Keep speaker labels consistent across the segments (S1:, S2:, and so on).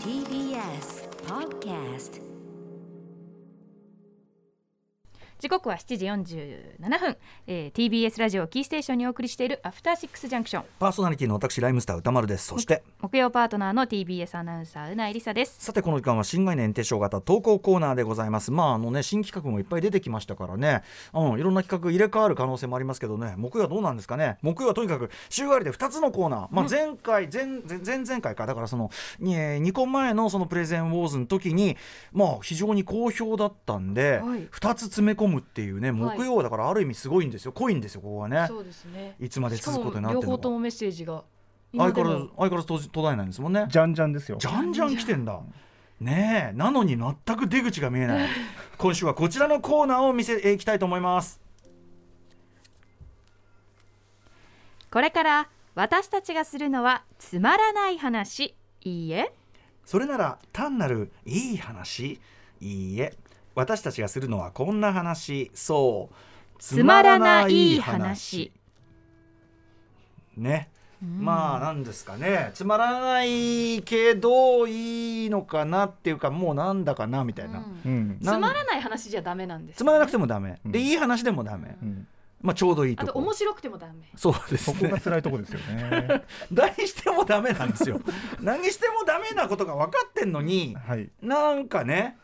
S1: TBS Podcast
S2: 時刻は7時47分、えー、TBS ラジオキーステーションにお送りしているアフターシックスジャンクション
S3: パーソナリティの私ライムスター歌丸ですそして
S2: 木曜パートナーの TBS アナウンサーうなえりさです
S3: さてこの時間は新概念提唱型投稿コーナーでございますまああのね新企画もいっぱい出てきましたからねうんいろんな企画入れ替わる可能性もありますけどね木曜はどうなんですかね木曜はとにかく週替わりで2つのコーナーまあ前回前前前々回かだからそのにえー2個前のそのプレゼンウォーズの時にまあ非常に好評だったんで
S2: はい
S3: 2つ詰め込むっていうね木曜はだからある意味すごいんですよ濃いんですよここはね
S4: そうですね。
S3: いつまで
S4: しか
S3: 続くことにな
S4: も
S3: っ
S4: 両
S3: てるの
S4: 方と
S3: か
S4: もメッセージが
S3: 相
S4: 今で
S3: 変わら
S4: も
S3: ず相変わらず途途絶えないんですもんね
S5: じゃんじゃんですよ
S3: じゃんじゃん来てんだ。ねえなのに全く出口が見えない今週はこちらのコーナーを見せていきたいと思います
S2: これから私たちがするのはつまらない話いいえ
S3: それなら単なるいい話いいえ私たちがするのはこんな話そう
S2: つまらない話
S3: ねまあなんですかねつまらないけどいいのかなっていうかもうなんだかなみたいな、
S4: うん
S5: うん
S4: つ
S3: なん
S4: まらない話じゃダメなんです。
S3: つまらなくてもダメ、で
S5: うん
S3: いい話でもダメ、
S5: うん
S3: まあちょうどいい
S4: あ
S3: と
S4: と
S3: こ
S4: 面白くてもダメ。
S3: そうです
S5: そ
S3: ね
S5: こが辛いとこですよ ね
S3: 何してもダメなんです よ何してもダメなことが分かってんのに
S5: はい
S3: なんかね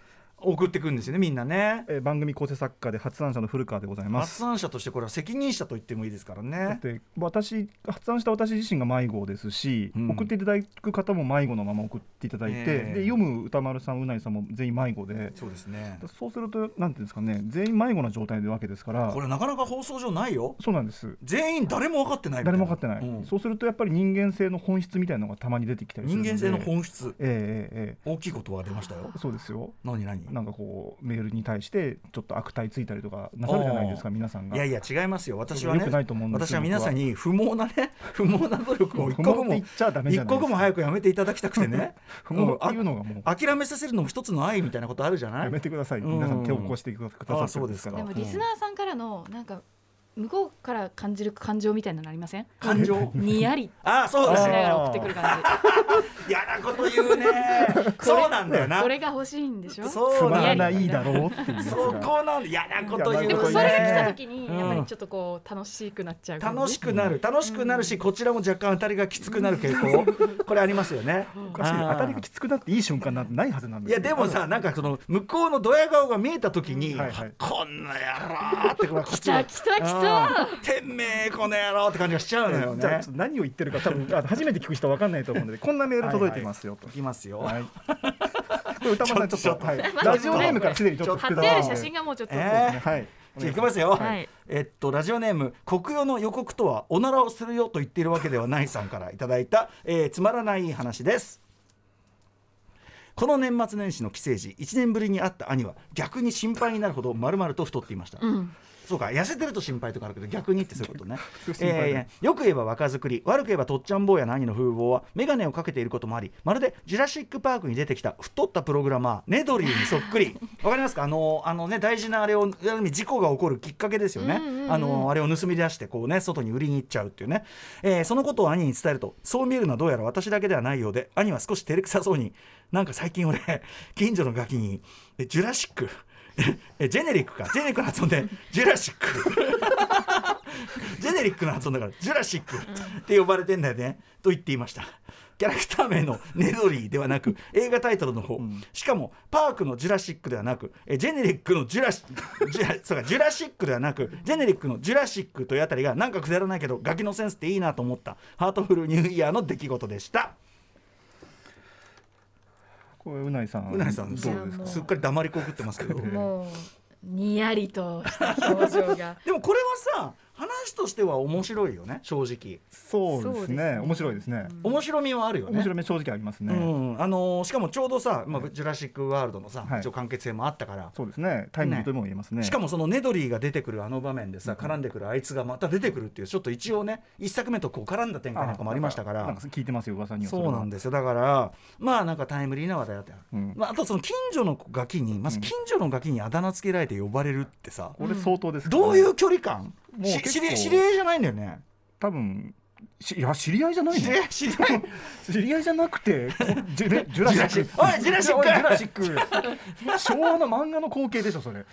S3: 送ってくんですよねみんなね
S5: えー番組構成作家で発案者の古川でございます
S3: 発案者としてこれは責任者と言ってもいいですから
S5: だ
S3: ね
S5: って私発案した私自身が迷子ですし、
S3: うん
S5: 送っていただく方も迷子のまま送っていただいて、
S3: ええ
S5: で読む歌丸さんうなぎさんも全員迷子で
S3: そうです ね
S5: そうするとなんていうんですかね全員迷子な状態なわけですから
S3: これなかなか放送上ないよ
S5: そうなんです
S3: 全員誰も分かってないみたい
S5: 誰も分かってない、
S3: うん
S5: そうするとやっぱり人間性の本質みたいなのがたまに出てきたりす
S3: 人
S5: るんで
S3: 間性の本質
S5: えええええ
S3: 大きいことは出ましたよ
S5: えそうですよ
S3: 何何
S5: なんかこうメールに対してちょっと悪態ついたりとかなさるじゃないですか
S3: あー
S5: 皆さんが
S3: いやいや違いますよ私は
S5: 良
S3: ね
S5: くないと思うんです
S3: 私は皆さんに不毛なね 不毛な努力を一
S5: 不
S3: 刻も
S5: 毛って言っちゃダメじ
S3: 一
S5: ゃないですか
S3: 刻も早くやめていただきたくてね
S5: 不毛っていうのがもう
S3: 諦めさせるのも一つの愛みたいなことあるじゃない
S5: やめてください、
S3: うん
S5: 皆さん手を起こしてくださってるんですから
S3: あ
S4: でも
S3: そうすか
S4: リスナーさんからのなんか向こうから感じる感情みたいなのありません？
S3: 感情
S4: にやり
S3: ああそ
S4: し
S3: う
S4: な
S3: だ
S4: が
S3: ね
S4: ら送ってくる感
S3: 嫌なこと言うねそうなんだよ
S4: じ。
S3: な
S4: これが欲しいんでしょ？
S3: そ
S5: つ
S3: う
S5: ま
S3: な
S5: ら
S3: んだ
S5: な
S3: よ
S5: いだろうっていうやつ
S3: そ
S5: が
S3: こなんだ嫌なこと言うね
S4: でも
S5: そう
S4: それが来た時に
S3: うん
S4: やっぱりちょっとこう楽しくなっちゃう感じ。
S3: 楽しくなる楽しくなるしこちらも若干当たりがきつくなる傾向これありますよね
S5: おかしい
S3: あー
S5: 当たりがきつくなっていい瞬間なんてないはずなん
S3: い
S5: です
S3: や
S5: よ
S3: でもさなんかその向こうのドヤ顔が見えた時に
S5: はいはい
S3: 「こんな野郎」ってこれこっち
S4: 来た来た来た。
S3: 「てめえこの野郎」って感じがしちゃうのよ
S5: じゃあ
S3: ね
S5: ちょっと何を言ってるか 多分あの初めて聞く人は分かんないと思うのでこんなメール届いてますよと
S3: い。きますよ
S5: はい。これ歌丸さんちょっとはい
S4: ちょっと
S5: ラジオネームからすでにちょっと
S4: 貼
S5: 複
S4: っ
S5: 雑
S4: てあ
S5: な
S4: る
S5: の
S4: 写
S5: で
S4: 真がもうちょっと。
S3: えー
S5: はい。
S3: じゃあいきますよ、
S2: はい
S3: えっとラジオネーム国用の予告とはおならをするよと言っているわけではないさんからいただいた、えーつまらない話ですこの年末年始の帰省時1年ぶりに会った兄は逆に心配になるほど丸々と太っていました、
S4: うん。
S3: そうか痩せてると心配とかあるけど逆にって そういうことね
S5: 普通に心配だ
S3: えーよく言えば若作り悪く言えばとっちゃん坊やの兄の風貌は眼鏡をかけていることもありまるでジュラシック・パークに出てきた太ったプログラマーネドリーにそっく りわかりますかあのあのね大事なあれをある意味事故が起こるきっかけですよ
S4: う
S3: ね、
S4: んうんうん
S3: あのあれを盗み出してこうね外に売りに行っちゃうっていうね、えーそのことを兄に伝えるとそう見えるのはどうやら私だけではないようで兄は少し照れくさそうになんか最近俺 近所のガキにえ「ジュラシック」 えジェネリックかジェネリックの発音で「ジュラシック」ジェネリックな発音だから、ジュラシックって呼ばれてんだよね、と言っていました。キャラクター名のネドリーではなく、映画タイトルの方、しかも、パークのジュラシックではなく、えジェネリックのジュラシジュラ そうかジュラシックではなく、ジェネリックのジュラシックというあたりが、なんかくだらないけど、ガキのセンスっていいなと思った、ハートフルニューイヤーの出来事でした。
S5: これうないさん。
S3: うなぎさん、
S5: ど
S3: そうう
S5: ですか
S3: すっかり黙りこくってますけど。
S4: もうにやりとした表情が。
S3: でもこれはさ、話としては面白いよね、正直。
S5: そうです
S4: そうです
S5: ね。
S4: ね
S5: 面白いですね。
S3: 面白みはあるよね。
S5: 面白め正直ありますね。
S3: うんあのーしかもちょうどさ、まあ、ジュラシック・ワールドのさ、
S5: はい
S3: 一応完結性もあったから、
S5: そうですね。タイミングとも言えますね。
S3: しかもそのネドリーが出てくるあの場面でさ、絡んでくるあいつがまた出てくるっていう、ちょっと一応ね、一作目とこう絡んだ展開なんかもありましたから、
S5: なんか聞いてますよ噂には
S3: そうなん
S5: で
S3: ですよ、だから、まあなんかタイムリーな話題だったよ、
S5: うん
S3: まあ、あとその近所のガキに、まず
S5: うん
S3: 近所のガキにあだ名つけられて呼ばれるってさ、
S5: これ相当ですから
S3: どういう距離感、
S5: もう
S3: し知
S5: 結構
S3: り合い知り合いじゃないんだよね。
S5: 多分しいや知り合いじゃないの
S3: え知り合い
S5: 知り合いじゃなくてこジュレジュラシッ ク
S3: おいジュラシック
S5: おいジュラシック昭和の漫画の光景でしょそれえ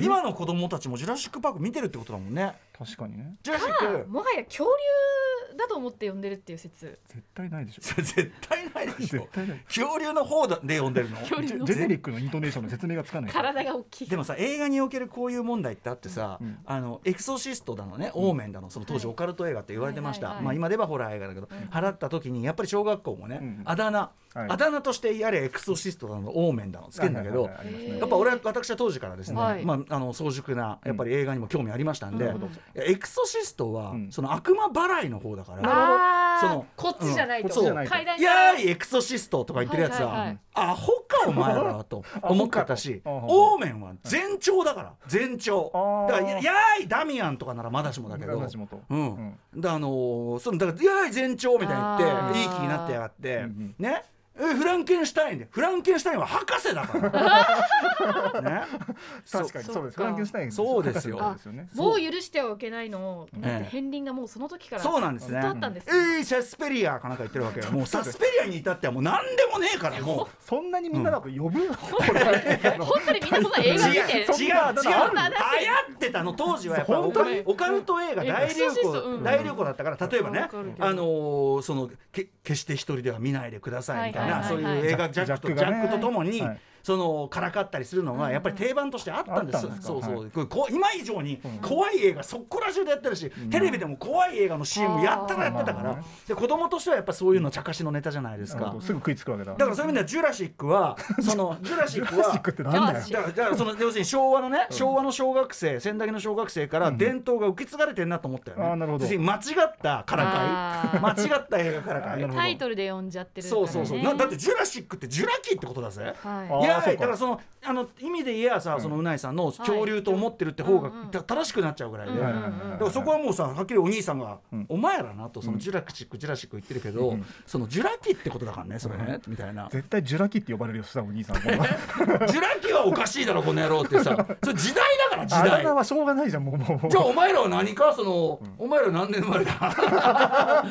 S3: 今の子供たちもジュラシック・パーク見てるってことだもんね
S5: 確かにね
S3: ジュラシック
S4: もはや恐竜だと思って呼んでるっていう説
S5: 絶対ないでしょ
S3: それ絶対ないでし
S5: 絶
S3: ょ
S5: 対ない
S3: 恐竜の方で呼んでるの
S4: 恐
S5: ジ
S4: 竜
S5: ェ
S4: の
S5: ジェネリックのイントネーションの説明がつかないから
S4: 体が大きい
S3: でもさ映画におけるこういう問題ってあってさ、
S5: うん
S3: あのエクソシストだのね、オーメンだのその当時
S4: は
S3: オ
S4: い
S3: カルト映画って言われてました、
S4: はいはいはい
S3: まあ、今ではホラー映画だけど、払った時にやっぱり小学校もね、
S5: うん
S3: あだ名、
S5: はい
S3: あだ名としてやれエクソシストだのオーメンだのつけるんだけど、
S5: はいはいはいありますね
S4: へー
S3: やっぱ俺は私は当時からですね、
S4: はい
S3: まあ、あの早熟なやっぱり映画にも興味ありましたんで、
S4: うん
S3: いやエクソシストは、
S5: うん
S3: その悪魔払いの方だから、
S4: あ
S3: そ
S4: ー
S3: の
S4: こっちじゃない
S5: うん
S4: と、
S5: こっちじゃないと
S4: 階段
S3: い
S4: から
S3: やーいエクソシストとか言ってるやつ
S4: は
S3: は、
S4: いはいはい
S3: アホかお前らはと思ってたし
S5: アホか
S3: オーメンは全長だから全長
S5: あー
S3: だからややーいダミアンとかならまだしもだけど
S5: 私もと
S3: うん
S5: うん
S3: だあのーそのだから「やい全長」みたいに言
S4: あ
S3: って
S4: ー
S3: いい気になってやがって、
S5: うん
S3: ねえフランケンシュタインでフランケンシュタインは博士だから、ね、
S5: 確かにそうですフランケンシュタイン
S3: そうですよ
S5: そうですよね
S4: もう許してはいけないのを、だって片鱗がもうその時から
S3: そうなんですね
S4: ずっとあったんですよ、
S3: えー、シャスペリアかなんか言ってるわけよもうサスペリアに至ってはもう何でもねえからも
S5: そんなにみんなだと呼ぶ、これあの
S4: 本当にみんなそんな
S3: う
S4: 映
S3: 違う
S4: 画見
S3: 違う
S4: て
S3: 違う流行ってたの当時はやっぱオ
S5: 本
S3: カ
S5: 当
S4: に
S3: オカルト映画
S4: エ
S3: 大流
S4: クソシストう
S3: 行
S4: ん
S3: 大流行だったから例えばね
S4: わかるけど
S3: あのーそのけ決して一人では見ないでくださいみたいな
S5: はい
S3: そう
S5: はい
S3: い
S5: はいう
S3: 映画ジャックとジ
S5: ジャックが
S3: ャ
S5: ね
S3: ックとともに
S5: はい
S3: そのからかったりするのがやっぱり定番としてあったんです
S5: あったんですか
S3: そうそ
S5: は
S3: うこれこう今以上に怖い映画そこら中でやってるし
S5: ん
S3: テレビでも怖い映画の CM やったらやってたか
S5: あー
S3: らで子供としてはやっぱそういうの茶化しのネタじゃないです
S5: なる
S3: か
S5: ほど。すぐ食いつくわけだ
S3: だからそういう意味ではジュラシックはそのジュラシック
S5: プラスチッ
S3: は
S5: クってなんだよ
S4: よし
S3: だからだからその要するに昭和のね、昭和の小学生千駄木の小学生から伝統が受け継がれてんなと思ったよね、
S5: あーなるほど
S3: 要するに間違ったから
S4: あ
S3: かい間違った映画からか
S5: あー
S3: い、
S5: なるほど
S4: タイトルで呼んじゃってるから、
S3: そ
S4: ね、
S3: うそうそう、なだってジュラシックってジュラキーってことだぜ
S5: あ
S4: は
S5: ー
S3: いやー
S5: そう
S3: い
S5: か
S3: だからそのあの意味で言えばさ、
S5: うん
S3: そのうないさんの恐竜と思ってるって方が、
S4: うんうん
S3: た正しくなっちゃうぐらいで、
S4: うん
S5: は
S3: だ
S5: いはいはい
S3: からそこはもうさはっきりお兄さんが「
S5: うん
S3: お前らな」とその
S5: うん
S3: ジュラシックジュラシック言ってるけど、
S5: うん
S3: そのジュラキーってことだからねそれね、みたいな
S5: 絶対ジュラキって呼ばれるよ、須田お兄さんも。
S3: ジュラ紀はおかしいだろこの野郎ってさそれ時代だから時
S5: あだ
S3: 代
S5: 名はしょうがないじゃん、もう。もう
S3: じゃあお前らは何かその、お前ら何年生まれだ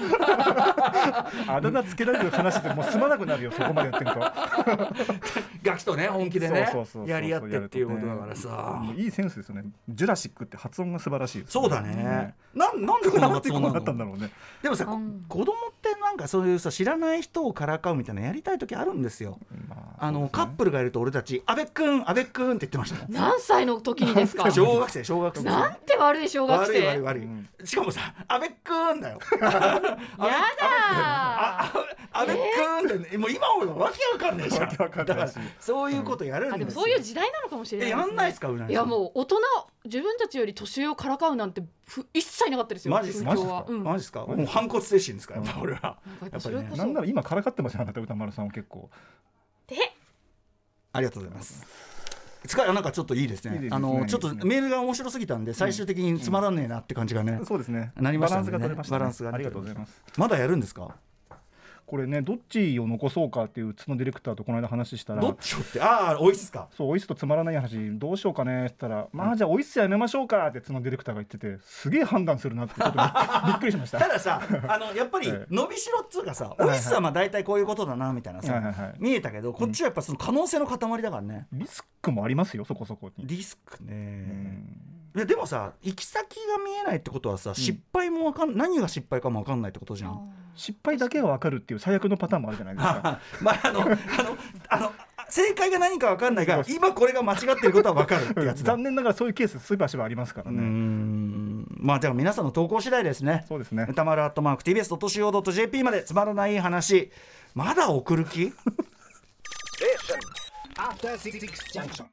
S5: あだ名つけられる話でもう済まなくなるよ、そこまでやってると。
S3: ガキとね本気でね
S5: そうそうそうそう
S3: やり合ってっていうことだからさ、
S5: もういいセンスですよね。ジュラシックって発音が素晴らしいです。
S3: そうだね、なんなんでこ
S5: うんん。
S3: な
S5: なん
S3: 発
S5: でこ
S3: 音
S5: う
S3: な
S5: なったんだ
S3: の
S5: ろうね。
S3: でもさ、こ
S4: うん
S3: 子供ってなんかそういうさ知らない人をからかうみたいなのやりたい時あるんですよ
S5: ま
S3: あの、カップルがいると俺たち「阿部くん阿部くん」って言ってました
S4: い、何歳の時に ですか
S3: 小学生小学生
S4: なんて悪い小学
S3: 悪い
S4: 生
S3: 悪い悪い、
S5: うん
S3: しかもさ「阿部くん」 だよ
S4: やだー
S3: あれくんってね、もう今俺わけわかんないじゃん。
S5: わけわかんないし
S3: だからそういうことやるんですよ。
S4: あでもそういう時代なのかもしれな
S3: え
S4: い
S3: やんないですか、うなぎさん。
S4: いやもう大人自分たちより年上をからかうなんてふ一切なかったですよ
S3: マジっすか
S4: 風潮はうん、
S3: マジですか。もう反骨精神ですか、やっぱ俺は。
S4: なんかやっ
S3: や
S4: ぱ
S3: っぱ
S4: そ
S3: り
S4: れ
S3: ね
S4: こそ
S5: なんなら今からかってますよ、あなた歌丸さんを結構。
S3: ありがとうございます。つかなんかちょっといいですね。
S5: いいですね
S3: あ
S5: いい
S3: の
S5: です
S3: ちょっ
S5: ね
S3: とメールが面白すぎたんで最終的につまらねえなって感じがね。
S5: そうですね。
S3: なりました
S5: バラ
S3: んでね
S5: ンスが取れましたね。
S3: バランスが
S5: あ
S3: 取
S5: り
S3: れ
S5: が
S3: ました
S5: とうございます。
S3: まだやるんですか。
S5: これね、どっちを残そうかっていうつのディレクターとこの間話したら。
S3: どっちをってああおいっすか。
S5: そうおいっすとつまらない話どうしようかねって言ったら「まあじゃあおいっすやめましょうか」って角ディレクターが言っててすげえ判断するなってちょっとびっびっくり しました
S3: たださ、あのやっぱり
S5: ええ
S3: 伸びしろっつうかさ、おいっすはまあ大体こういうことだなみたいな
S5: はいはいは
S3: さ
S5: い、
S3: 見えたけど、こっちはやっぱその可能性の塊だからね。
S5: リスクもありますよそこそこに、
S3: リスク
S5: う
S3: ね。
S5: ん
S3: いやでもさ行き先が見えないってことはさ、失敗もわかん何が失敗かもわかんないってことじゃん。
S5: 失敗だけは分かるっていう最悪のパターンもあるじゃないですか
S3: まああのあのあのあ正解が何かわかんないが今これが間違ってることはわかる ってやつだ。
S5: 残念ながらそういうケースすばしばありますか
S3: う
S5: ら
S3: ー
S5: ね、
S3: んまあでも皆さんの投稿次第ですね。
S5: そうですね
S3: 歌丸アットマーク TBS ととしお .jp までつまらない話まだ送る気
S6: After Six Junction.